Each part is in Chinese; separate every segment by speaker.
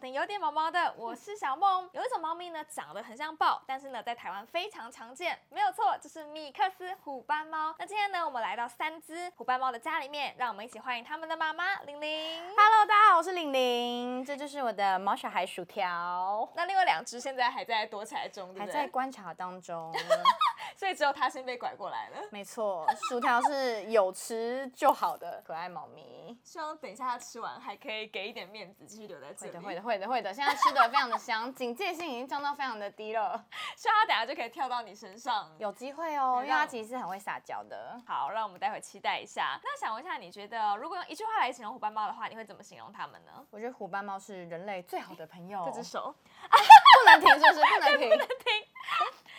Speaker 1: 听有点毛毛 的，我是小梦。有一种猫咪呢，长得很像豹，但是呢，在台湾非常常见，没有错，就是米克斯虎斑猫。那今天呢，我们来到三只虎斑猫的家里面，让我们一起欢迎它们的妈妈玲玲。
Speaker 2: Hello，大家好，我是玲玲，这就是我的毛小孩薯条，
Speaker 1: 那另外两只现在还在躲起来中，对
Speaker 2: 还
Speaker 1: 不
Speaker 2: 在
Speaker 1: 对？
Speaker 2: 观察当中。
Speaker 1: 所以只有它先被拐过来了。
Speaker 2: 没错，薯条是有吃就好的可爱猫咪。
Speaker 1: 希望等一下它吃完还可以给一点面子，继续留在这
Speaker 2: 会
Speaker 1: 里。
Speaker 2: 的，会的，会的，会的。现在吃的非常的香，警戒性已经降到非常的低了，
Speaker 1: 希望它等一下就可以跳到你身上。
Speaker 2: 有机会哦，
Speaker 1: 对
Speaker 2: 因为它其实是很会撒娇的。
Speaker 1: 好，让我们待会期待一下。那想问一下，你觉得如果用一句话来形容虎斑猫的话，你会怎么形容它们呢？
Speaker 2: 我觉得虎斑猫是人类最好的朋友，
Speaker 1: 这只手，
Speaker 2: 不能停，是不是？不能停。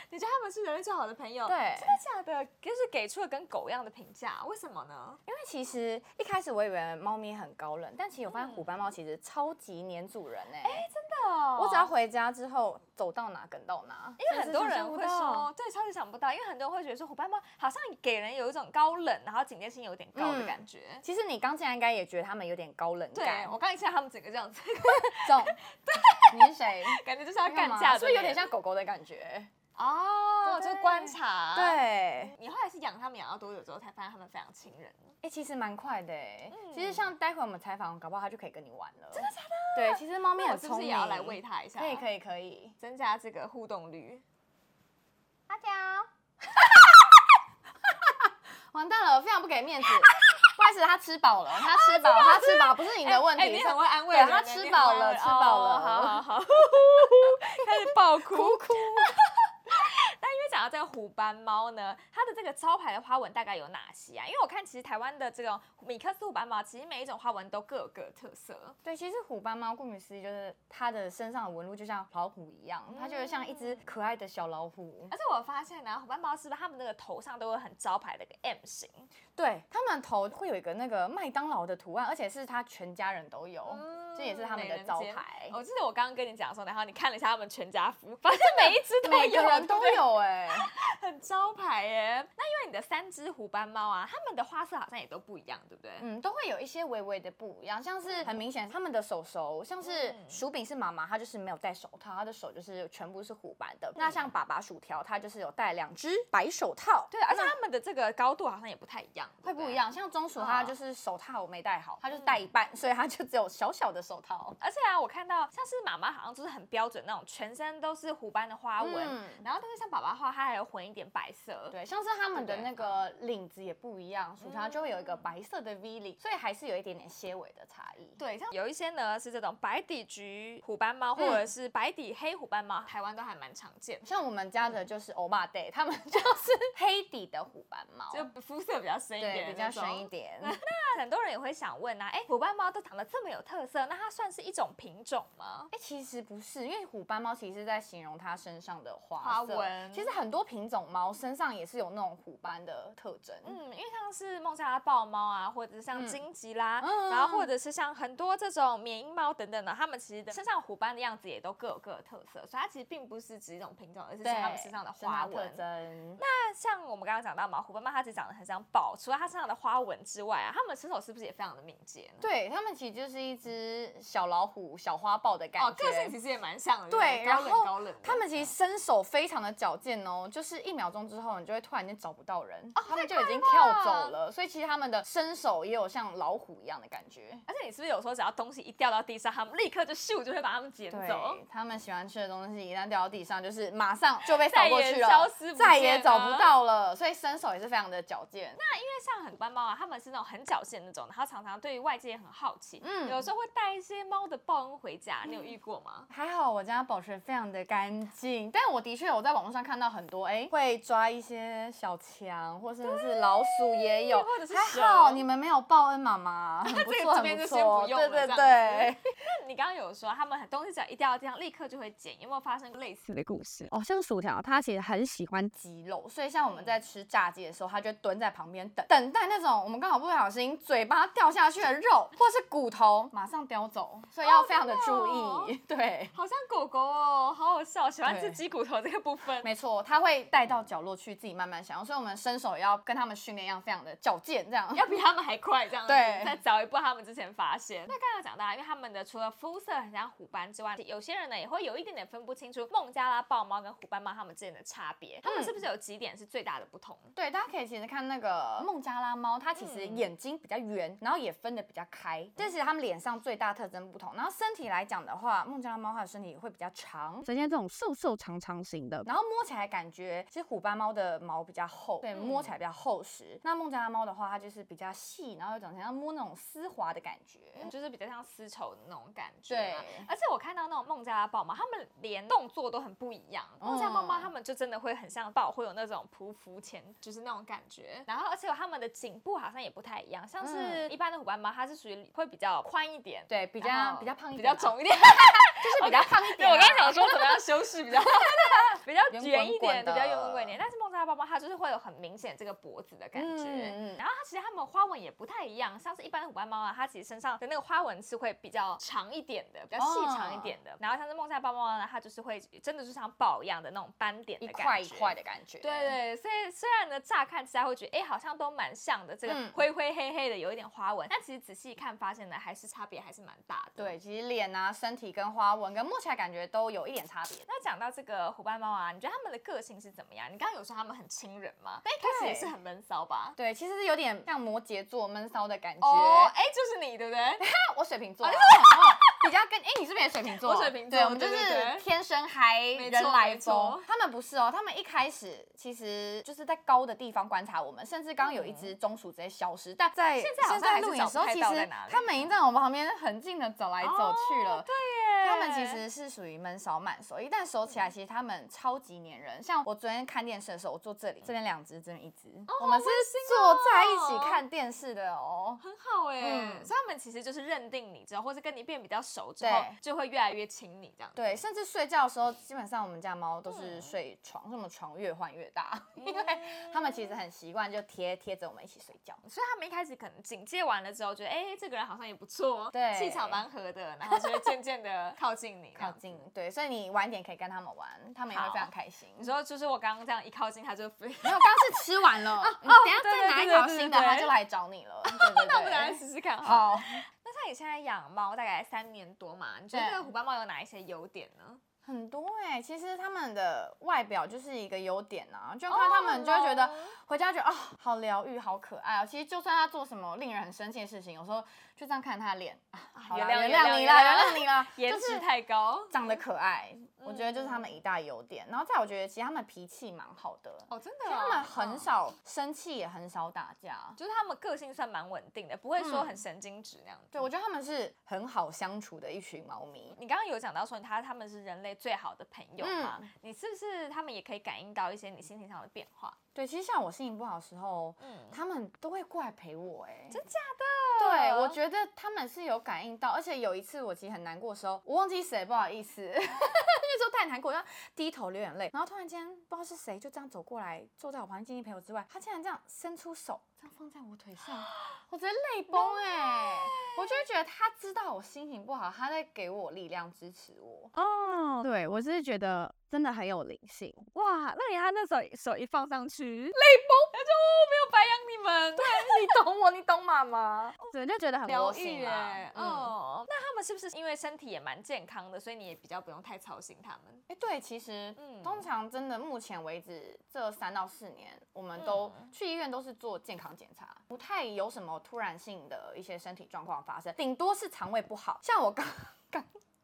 Speaker 1: 你觉得它们是人类最好的朋友？
Speaker 2: 对
Speaker 1: 真的假的？就是给出了跟狗一样的评价，为什么呢？
Speaker 2: 因为其实一开始我以为猫咪很高冷，但其实我发现虎斑猫其实超级黏主人哎、我只要回家之后走到哪跟到哪，
Speaker 1: 因哦为很多人
Speaker 2: 真
Speaker 1: 会
Speaker 2: 的是想不到啊
Speaker 1: 说，对，超级想不到，因为很多人会觉得说，虎斑猫好像给人有一种高冷，然后警戒心有点高的
Speaker 2: 嗯
Speaker 1: 感觉。
Speaker 2: 其实你刚进来应该也觉得他们有点高冷
Speaker 1: 对
Speaker 2: 感，
Speaker 1: 我刚一见到他们整个这样子，
Speaker 2: 重，你是 谁？
Speaker 1: 感觉就是要
Speaker 2: 你
Speaker 1: 干
Speaker 2: 干嘛
Speaker 1: 架的人，
Speaker 2: 是不是有点像狗狗的感觉？啊
Speaker 1: 哦，
Speaker 2: 对
Speaker 1: 就
Speaker 2: 对
Speaker 1: 观察。，
Speaker 2: 对，
Speaker 1: 你后来是养它们养到多久之后才发现它们非常亲人？
Speaker 2: 哎、其实蛮快的哎、
Speaker 1: 嗯
Speaker 2: 其实像待会我们采访，搞不好它就可以跟你玩了。真的假的？对，其实猫咪
Speaker 1: 那我
Speaker 2: 很
Speaker 1: 是不是
Speaker 2: 聪明。
Speaker 1: 也要来喂它一下？
Speaker 2: 可以可以可以。
Speaker 1: 增加这个互动率。
Speaker 2: 阿娇， 完蛋了，非常不给面子。不好意思，它吃饱了，它吃 饱，它吃饱，不是你的问
Speaker 1: 哎
Speaker 2: 题，
Speaker 1: 你
Speaker 2: 是
Speaker 1: 很会安慰
Speaker 2: 对
Speaker 1: 人，
Speaker 2: 它
Speaker 1: 你
Speaker 2: 吃
Speaker 1: 很
Speaker 2: 饱
Speaker 1: 会安
Speaker 2: 了
Speaker 1: 慰
Speaker 2: 吃饱了
Speaker 1: 哦好好 好，开始爆哭 哭。那因为讲到这个虎斑猫呢，它的这个招牌的花纹大概有哪些啊？因为我看其实台湾的这种米克斯虎斑猫，其实每一种花纹都各有各的特色。
Speaker 2: 对，其实虎斑猫顾名思义就是它的身上的纹路就像老虎一样，它就是像一只可爱的小老虎。
Speaker 1: 而且我发现呢、虎斑猫是不是它们那个头上都会很招牌的一个 M 型？
Speaker 2: 对，它们头会有一个那个麦当劳的图案，而且是它全家人都
Speaker 1: 哦
Speaker 2: 有，这也是他
Speaker 1: 嗯
Speaker 2: 们
Speaker 1: 美
Speaker 2: 的
Speaker 1: 人
Speaker 2: 招
Speaker 1: 尖
Speaker 2: 牌。
Speaker 1: 我记得我刚刚跟你讲的时候，然后你看了一下他们全家福，反正每一只都有，
Speaker 2: 每个人
Speaker 1: 对不
Speaker 2: 都
Speaker 1: 对
Speaker 2: 有 哎、
Speaker 1: 很招牌耶。那因为你的三只虎斑猫啊，它们的花色好像也都不一样，对不对？
Speaker 2: 嗯，都会有一些微微的不一样，像是很明显他们的手手，像是
Speaker 1: 嗯
Speaker 2: 薯饼是妈妈，她就是没有戴手套，她的手就是全部是虎斑的。那像爸爸薯条，他就是有戴两只白手套，
Speaker 1: 对，啊而且它们的这个高度好像也不太一样，对
Speaker 2: 会
Speaker 1: 对
Speaker 2: 不一。样。像中薯，它就是手套没戴好，它就是戴一半，所以它就只有小小的手套。
Speaker 1: 而且啊，我看到像是妈妈好像就是很标准那种，全身都是虎斑的花纹，
Speaker 2: 嗯
Speaker 1: 然后但是像爸爸的话，它还有混一点白色。
Speaker 2: 对，像是他们的
Speaker 1: 对嗯
Speaker 2: 那个领子也不一样，薯条就会有一个白色的 V 领，所以还是有一点点些微的差异。
Speaker 1: 对，像有一些呢是这种白底橘虎斑猫，或
Speaker 2: 嗯
Speaker 1: 者是白底黑虎斑猫，台湾都还蛮常见，
Speaker 2: 像我们家的就是欧巴 day，他们就是黑底的虎斑猫，
Speaker 1: 就肤色比较深一
Speaker 2: 哦对，
Speaker 1: 点，
Speaker 2: 比较深一。点。
Speaker 1: 那很多人也会想问啊，哎，虎斑猫都长得这么有特色，那它算是一种品种吗？
Speaker 2: 哎、其实不是，因为虎斑猫其实是在形容它身上的花
Speaker 1: 花
Speaker 2: 色
Speaker 1: 纹
Speaker 2: 其实很多品种猫身上也是有那种虎斑的特征。
Speaker 1: 嗯，因为像是孟加拉豹猫啊，或者是像
Speaker 2: 嗯
Speaker 1: 金吉拉，
Speaker 2: 嗯
Speaker 1: 然后或者是像很多这种缅因猫等等的，它们其实的身上虎斑的样子也都各有各的特色，所以它其实并不是只一种品种，而是
Speaker 2: 对，
Speaker 1: 像它们身上的花
Speaker 2: 特
Speaker 1: 纹。
Speaker 2: 征。
Speaker 1: 那像我们刚刚讲到嘛，虎斑猫它其实长得很像豹，除了它身上的花纹之外啊，它们身手是不是也非常的敏捷呢？
Speaker 2: 对，它们其实就是一只小老虎、小花豹的感觉。
Speaker 1: 哦，个性其实也蛮像的，
Speaker 2: 对，
Speaker 1: 高
Speaker 2: 然
Speaker 1: 冷
Speaker 2: 后
Speaker 1: 高冷的。
Speaker 2: 它们其实身手非常的矫健哦，就是一秒钟之后，你就会突然间找不到人，
Speaker 1: 哦
Speaker 2: 它们就已经跳走了。所以其实它们的身手也有像老虎一样的感觉。
Speaker 1: 而且你是不是有时候只要东西一掉到地上，它们立刻就咻就会把它们捡走？
Speaker 2: 对，他们喜欢吃的东西一旦掉到地上，就是马上就被扫
Speaker 1: 再
Speaker 2: 过
Speaker 1: 也
Speaker 2: 去了，
Speaker 1: 消失不
Speaker 2: 再
Speaker 1: 见
Speaker 2: 也找
Speaker 1: 了
Speaker 2: 不到了。所以身手也是非常的矫健。
Speaker 1: 像很多斑猫啊，它们是那种很矫健的那种，然后常常对于外界也很好奇，嗯，
Speaker 2: 嗯
Speaker 1: 有时候会带一些猫的报恩回家，你有遇过吗？
Speaker 2: 还好我家保持得非常的干净，但我的确有在网络上看到很多，哎、会抓一些小强，或甚至是老鼠也有，
Speaker 1: 或者是
Speaker 2: 还
Speaker 1: 蛇
Speaker 2: 好你们没有报恩 妈妈，很不
Speaker 1: 这个这
Speaker 2: 错，很
Speaker 1: 边
Speaker 2: 不
Speaker 1: 就先不
Speaker 2: 错，
Speaker 1: 用
Speaker 2: 对
Speaker 1: 了
Speaker 2: 对
Speaker 1: 这样
Speaker 2: 对。
Speaker 1: 那你刚刚有说它们很东西只要一掉到地上，立刻就会捡，有没有发生类似的故事？
Speaker 2: 哦，像薯条，它其实很喜欢鸡肉，所以像我们在吃炸鸡的时候，它就蹲在旁边等，等待那种我们刚好不小心嘴巴掉下去的肉，或是骨头，马上叼走，所以要非常的注意。
Speaker 1: 哦真
Speaker 2: 对，
Speaker 1: 好像狗狗哦，好好笑，喜欢吃
Speaker 2: 对
Speaker 1: 鸡骨头这个部分。
Speaker 2: 没错，它会带到角落去自己慢慢享用。所以我们们身手也要跟他们训练一样，非常的矫健这样。
Speaker 1: 要比他们还快这样子，
Speaker 2: 对
Speaker 1: 再早一步他们之前发现。那刚刚有讲到，因为他们的除了肤色很像虎斑之外，有些人呢也会有一点点分不清楚孟加拉豹猫跟虎斑猫它们之间的差别，
Speaker 2: 嗯
Speaker 1: 它们是不是有几点是最大的不同？
Speaker 2: 对，大家可以其实看那个孟加拉猫，它其实
Speaker 1: 嗯
Speaker 2: 眼睛比较圆，然后也分得比较开，这是它们脸上最大特征不同。然后身体来讲的话，孟加拉猫它的身体也会比较长。
Speaker 3: 首先这种瘦瘦长长型的，
Speaker 2: 然后摸起来感觉，其实虎斑猫的毛比较厚，对，
Speaker 1: 嗯
Speaker 2: 摸起来比较厚实。那孟加拉猫的话，它就是比较细，然后有种像摸那种丝滑的感觉。
Speaker 1: 就是比较像丝绸的那种感觉
Speaker 2: 嗯对
Speaker 1: 嘛。而且我看到那种孟加拉豹嘛，它们连动作都很不一样。
Speaker 2: 哦
Speaker 1: 孟加拉豹猫它们就真的会很像豹，会有那种匍匐前，就是那种感觉。然后而且它们的颈部好像也不太一样，像是一般的虎斑猫，它是属于会比较宽一点，
Speaker 2: 对，嗯比
Speaker 1: 比
Speaker 2: 较比较胖一
Speaker 1: 比
Speaker 2: 点
Speaker 1: 较
Speaker 2: 啊，
Speaker 1: 肿一点。
Speaker 2: 就是比较胖一
Speaker 1: 对，
Speaker 2: 点啊。
Speaker 1: 我刚刚想说怎么样修饰 比较啊比较
Speaker 2: 圆
Speaker 1: 圆一
Speaker 2: 滚滚
Speaker 1: 点，比较圆
Speaker 2: 的
Speaker 1: 滚滚一点。但是孟加拉包包它就是会有很明显这个脖子的感觉，
Speaker 2: 嗯嗯
Speaker 1: 然后它其实它们花纹也不太一样，像是一般的虎斑猫啊，它其实身上的那个花纹是会比较长一点的，比较细长一
Speaker 2: 哦
Speaker 1: 点的。然后像是孟加拉包包猫呢，它就是会真的就像豹一样的那种斑点
Speaker 2: 一
Speaker 1: 的感觉，
Speaker 2: 块一块的感觉。
Speaker 1: 对对，所以虽然呢，乍看之下会觉得，哎，好像都蛮像的，这个
Speaker 2: 嗯
Speaker 1: 灰灰黑黑的，有一点花纹，但其实仔细一看，发现呢，还是差别还是蛮大的。
Speaker 2: 对，其实脸啊、身体跟花纹跟摸起来感觉都有一点差别。
Speaker 1: 那讲到这个虎斑猫啊，你觉得它们的个性是怎么样？你刚刚有说它们很亲人吗？但一开始也是很闷骚吧？
Speaker 2: 对，其实是有点像摩羯座闷骚的感觉。
Speaker 1: 哦，哎，就是你对不对？
Speaker 2: 那我水瓶座啊，哦比较跟哎，你是不是也水瓶座？
Speaker 1: 我水瓶座
Speaker 2: 对，我们就
Speaker 1: 对对
Speaker 2: 是
Speaker 1: 对
Speaker 2: 天生嗨，
Speaker 1: 没
Speaker 2: 人
Speaker 1: 错
Speaker 2: 来
Speaker 1: 没错
Speaker 2: 疯。他们不是哦，他们一开始其实就是在高的地方观察我们，甚至刚刚有一只中鼠直接消失，但在
Speaker 1: 嗯现在好像
Speaker 2: 现在
Speaker 1: 还是
Speaker 2: 录影的时候，
Speaker 1: 找不
Speaker 2: 其
Speaker 1: 太到在
Speaker 2: 实
Speaker 1: 哪里
Speaker 2: 他们已经在我们旁边很近的走来走去了。
Speaker 1: 哦对
Speaker 2: 他们其实是属于闷骚慢熟，一旦熟起来，其实他们超级粘人。像我昨天看电视的时候，我坐这里，这边两只，这边一只，我们是坐在一起看电视的哦。
Speaker 1: 很好哎、
Speaker 2: 嗯
Speaker 1: 所以它们其实就是认定你之后，或是跟你变比较熟之后
Speaker 2: 对，
Speaker 1: 就会越来越亲你这样。
Speaker 2: 对，甚至睡觉的时候，基本上我们家猫都是
Speaker 1: 嗯
Speaker 2: 睡床，所以我们床越换越大， 因为它们其实很习惯就贴贴着我们一起睡觉。
Speaker 1: 所以他们一开始可能警戒完了之后，觉得哎、这个人好像也不错，
Speaker 2: 对
Speaker 1: 气场蛮合的，然后就会渐渐的靠近你，
Speaker 2: 靠近，。对，所以你晚点可以跟它们玩，它们也会
Speaker 1: 好
Speaker 2: 非常开心。
Speaker 1: 你说就是我刚刚这样一靠近，它就飞，
Speaker 2: 没有，刚刚是吃完 了，你等一下
Speaker 1: 对
Speaker 2: 再拿
Speaker 1: 对
Speaker 2: 一
Speaker 1: 对
Speaker 2: 条
Speaker 1: 对
Speaker 2: 新的，
Speaker 1: 对
Speaker 2: 它就来找你了。 对
Speaker 1: 那我们
Speaker 2: 对
Speaker 1: 来
Speaker 2: 对，
Speaker 1: 试试看好了。
Speaker 2: 好。
Speaker 1: 那像你现在养猫大概三年多嘛，你觉得
Speaker 2: 对
Speaker 1: 这个虎斑猫有哪一些优点呢？
Speaker 2: 很多哎、其实他们的外表就是一个优点呐、啊，就看到他们就会觉
Speaker 1: 哦
Speaker 2: 得、回家觉得啊、好疗愈，好可爱哦。其实就算他做什么令人很生气的事情，有时候就这样看他的脸，啊好啦
Speaker 1: 原谅
Speaker 2: 原谅你
Speaker 1: 原
Speaker 2: 啦，
Speaker 1: 谅
Speaker 2: 原谅
Speaker 1: 原谅
Speaker 2: 你 啦，
Speaker 1: 颜
Speaker 2: 就是
Speaker 1: 值太高，
Speaker 2: 长得可爱，我觉得就是他
Speaker 1: 嗯
Speaker 2: 们一大优点。然后再我觉得其实他们脾气蛮好的，
Speaker 1: 哦，真的
Speaker 2: 其实
Speaker 1: 哦、
Speaker 2: 他们很
Speaker 1: 嗯，
Speaker 2: 少生气，也很少打架。
Speaker 1: 就是他们个性算蛮稳定的，不会说
Speaker 2: 嗯
Speaker 1: 很神经质那样子。
Speaker 2: 对，我觉得他们是很好相处的一群猫咪。
Speaker 1: 你刚刚有讲到说他他们是人类最好的朋友嘛？
Speaker 2: 嗯
Speaker 1: 你是不是他们也可以感应到一些你心情上的变化？
Speaker 2: 对，其实像我心情不好的时候，
Speaker 1: 嗯，
Speaker 2: 他们都会过来陪我、哎，
Speaker 1: 真假
Speaker 2: 对，
Speaker 1: 的？
Speaker 2: 我觉得他们是有感应到，而且有一次我其实很难过的时候，我忘记谁，不好意思， 那时候太难过，然后低头流眼泪，然后突然间不知道是谁就这样走过来，坐在我旁边，静静陪我之外，他竟然这样伸出手，这样放在我腿 上，我直接泪崩哎、我就会觉得他知道我心情不好，他在给我力量支持我。
Speaker 3: 哦，对我是觉得真的很有灵性哇！那你看他那手手一放上去，
Speaker 1: 我哎没有白养你们，对，
Speaker 2: 你懂我，你懂妈妈。
Speaker 3: 对，就觉得很
Speaker 1: 疗
Speaker 3: 窝
Speaker 1: 愈
Speaker 3: 心啊。
Speaker 1: 耶。
Speaker 2: 嗯
Speaker 1: 哦，那他们是不是因为身体也蛮健康的，所以你也比较不用太操心他们？
Speaker 2: 哎、对，其实，
Speaker 1: 嗯
Speaker 2: 通常真的目前为止这三到四年，我们都、
Speaker 1: 嗯
Speaker 2: 去医院都是做健康检查，不太有什么突然性的一些身体状况发生，顶多是肠胃不好。像我刚刚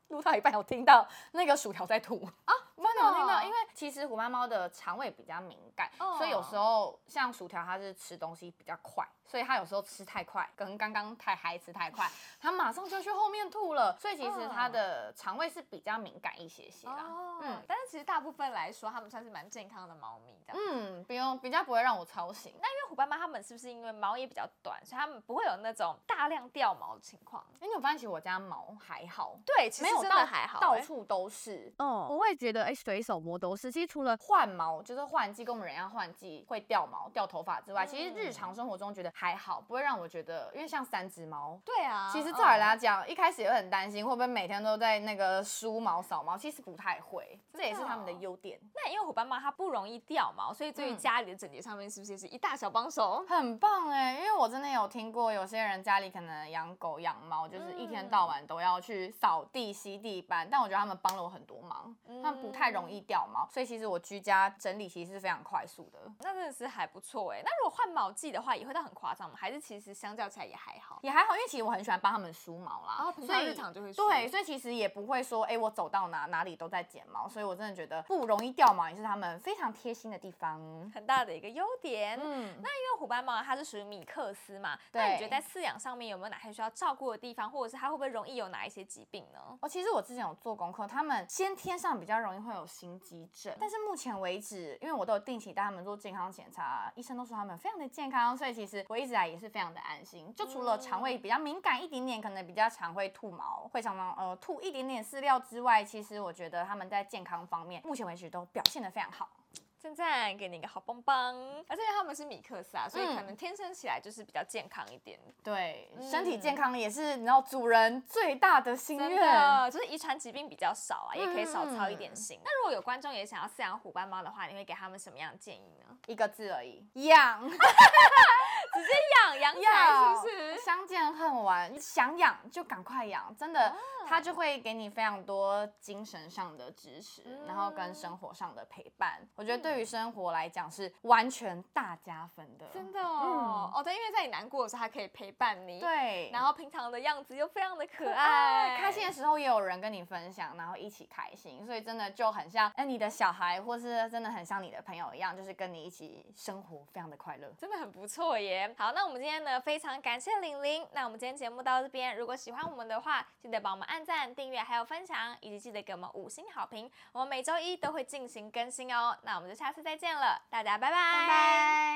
Speaker 2: 录到一半，有听到那个薯条在吐啊，我
Speaker 1: 真的
Speaker 2: 有听到，
Speaker 1: 哦
Speaker 2: 因为其实虎斑猫的肠胃比较敏感，
Speaker 1: 哦
Speaker 2: 所以有时候像薯条，它是吃东西比较快，所以它有时候吃太快，跟刚刚太嗨吃太快，它马上就去后面吐了，所以其实它
Speaker 1: 嗯
Speaker 2: 的肠胃是比较敏感一些些啦。
Speaker 1: 哦，
Speaker 2: 嗯
Speaker 1: 但是其实大部分来说，他们算是蛮健康的猫咪的。
Speaker 2: 嗯，不用，比较不会让我操心。那
Speaker 1: 因为虎斑猫它们是不是因为毛也比较短，所以它们不会有那种大量掉毛的情况？
Speaker 2: 因为我发现其实我家毛还好，
Speaker 1: 对，其
Speaker 2: 没
Speaker 1: 实
Speaker 2: 有
Speaker 1: 真
Speaker 2: 到
Speaker 1: 的还好、
Speaker 2: 到
Speaker 1: 欸
Speaker 2: 处都是。
Speaker 3: 哦，我会觉得哎、随手摸都是。其实除了
Speaker 2: 换毛就是换季，跟我们人一样换季会掉毛、掉头发之外，其实日
Speaker 1: 嗯
Speaker 2: 常生活中觉得还好，不会让我觉得，因为像三只猫。
Speaker 1: 对啊，
Speaker 2: 其实照
Speaker 1: 嗯
Speaker 2: 理来讲，一开始也会很担心会不会每天都在那个梳毛、扫毛，其实不太会，这也是他们的
Speaker 1: 真的哦
Speaker 2: 优点。
Speaker 1: 那因为虎斑猫它不容易掉毛，所以对于
Speaker 2: 嗯
Speaker 1: 家里的整洁上面是不是也是一大小帮手？
Speaker 2: 很棒哎、因为我真的有听过有些人家里可能养狗养猫，就是一天
Speaker 1: 嗯
Speaker 2: 到晚都要去扫地、吸地板，但我觉得他们帮了我很多忙，
Speaker 1: 嗯
Speaker 2: 他们不太容易掉毛，所以其实我居家整理其实是非常快速的，
Speaker 1: 嗯那真的是还不错哎、那如果换毛季的话，也会到很夸张吗？还是其实相较起来也还好？
Speaker 2: 也还好，因为其实我很喜欢帮他们梳毛啦，
Speaker 1: 然哦后平常日常就会梳
Speaker 2: 对，所以其实也不会说，哎、我走到哪哪里都在剪毛，所以我真的觉得不容易掉毛也是他们非常贴心的地方。
Speaker 1: 很大的一个优点。
Speaker 2: 嗯，
Speaker 1: 那因为虎斑猫它是属于米克斯嘛，那你觉得
Speaker 2: 对
Speaker 1: 在饲养上面有没有哪些需要照顾的地方，或者是它会不会容易有哪一些疾病呢？
Speaker 2: 哦，其实我之前有做功课，他们先天上比较容易会有心肌症，但是目前为止，因为我都有定期带他们做健康检查，医生都说他们非常的健康，所以其实我一直来也是非常的安心。就除了肠
Speaker 1: 嗯
Speaker 2: 胃比较敏感一点点，可能比较常会吐毛，会常常呃吐一点点饲料之外，其实我觉得他们在健康方面，目前为止都表现的非常好。
Speaker 1: 赞赞，给你一个好棒棒。而且它们是米克斯啊，所以
Speaker 2: 嗯
Speaker 1: 可能天生起来就是比较健康一点，
Speaker 2: 对，身体
Speaker 1: 嗯
Speaker 2: 健康也是你知道主人最大的心
Speaker 1: 真
Speaker 2: 愿。
Speaker 1: 的就是遗传疾病比较少啊，也可以少操一点心。那如果有观众也想要饲养虎斑猫的话，你会给他们什么样的建议呢？
Speaker 2: 一个字而已，养。
Speaker 1: 养养起来是不是？
Speaker 2: 相见恨晚，想养就赶快养，真的，
Speaker 1: 哦
Speaker 2: 它就会给你非常多精神上的支持，然后
Speaker 1: 嗯
Speaker 2: 跟生活上的陪伴。我觉得对于生活来讲是完全大加分的，
Speaker 1: 真的哦，哦对，因为在你难过的时候，它可以陪伴你，，
Speaker 2: 对。
Speaker 1: 然后平常的样子又非常的可
Speaker 2: 啊
Speaker 1: 爱，
Speaker 2: 开心的时候也有人跟你分享，然后一起开心，所以真的就很像，哎、你的小孩或是真的很像你的朋友一样，就是跟你一起生活，非常的快乐。
Speaker 1: 真的很不错耶。好，那我们今天呢，非常感谢玲玲。那我们今天节目到这边，如果喜欢我们的话，记得帮我们按赞、订阅，还有分享，以及记得给我们五星好评。我们每周一都会进行更新哦。那我们就下次再见了，大家拜拜，
Speaker 2: 拜拜。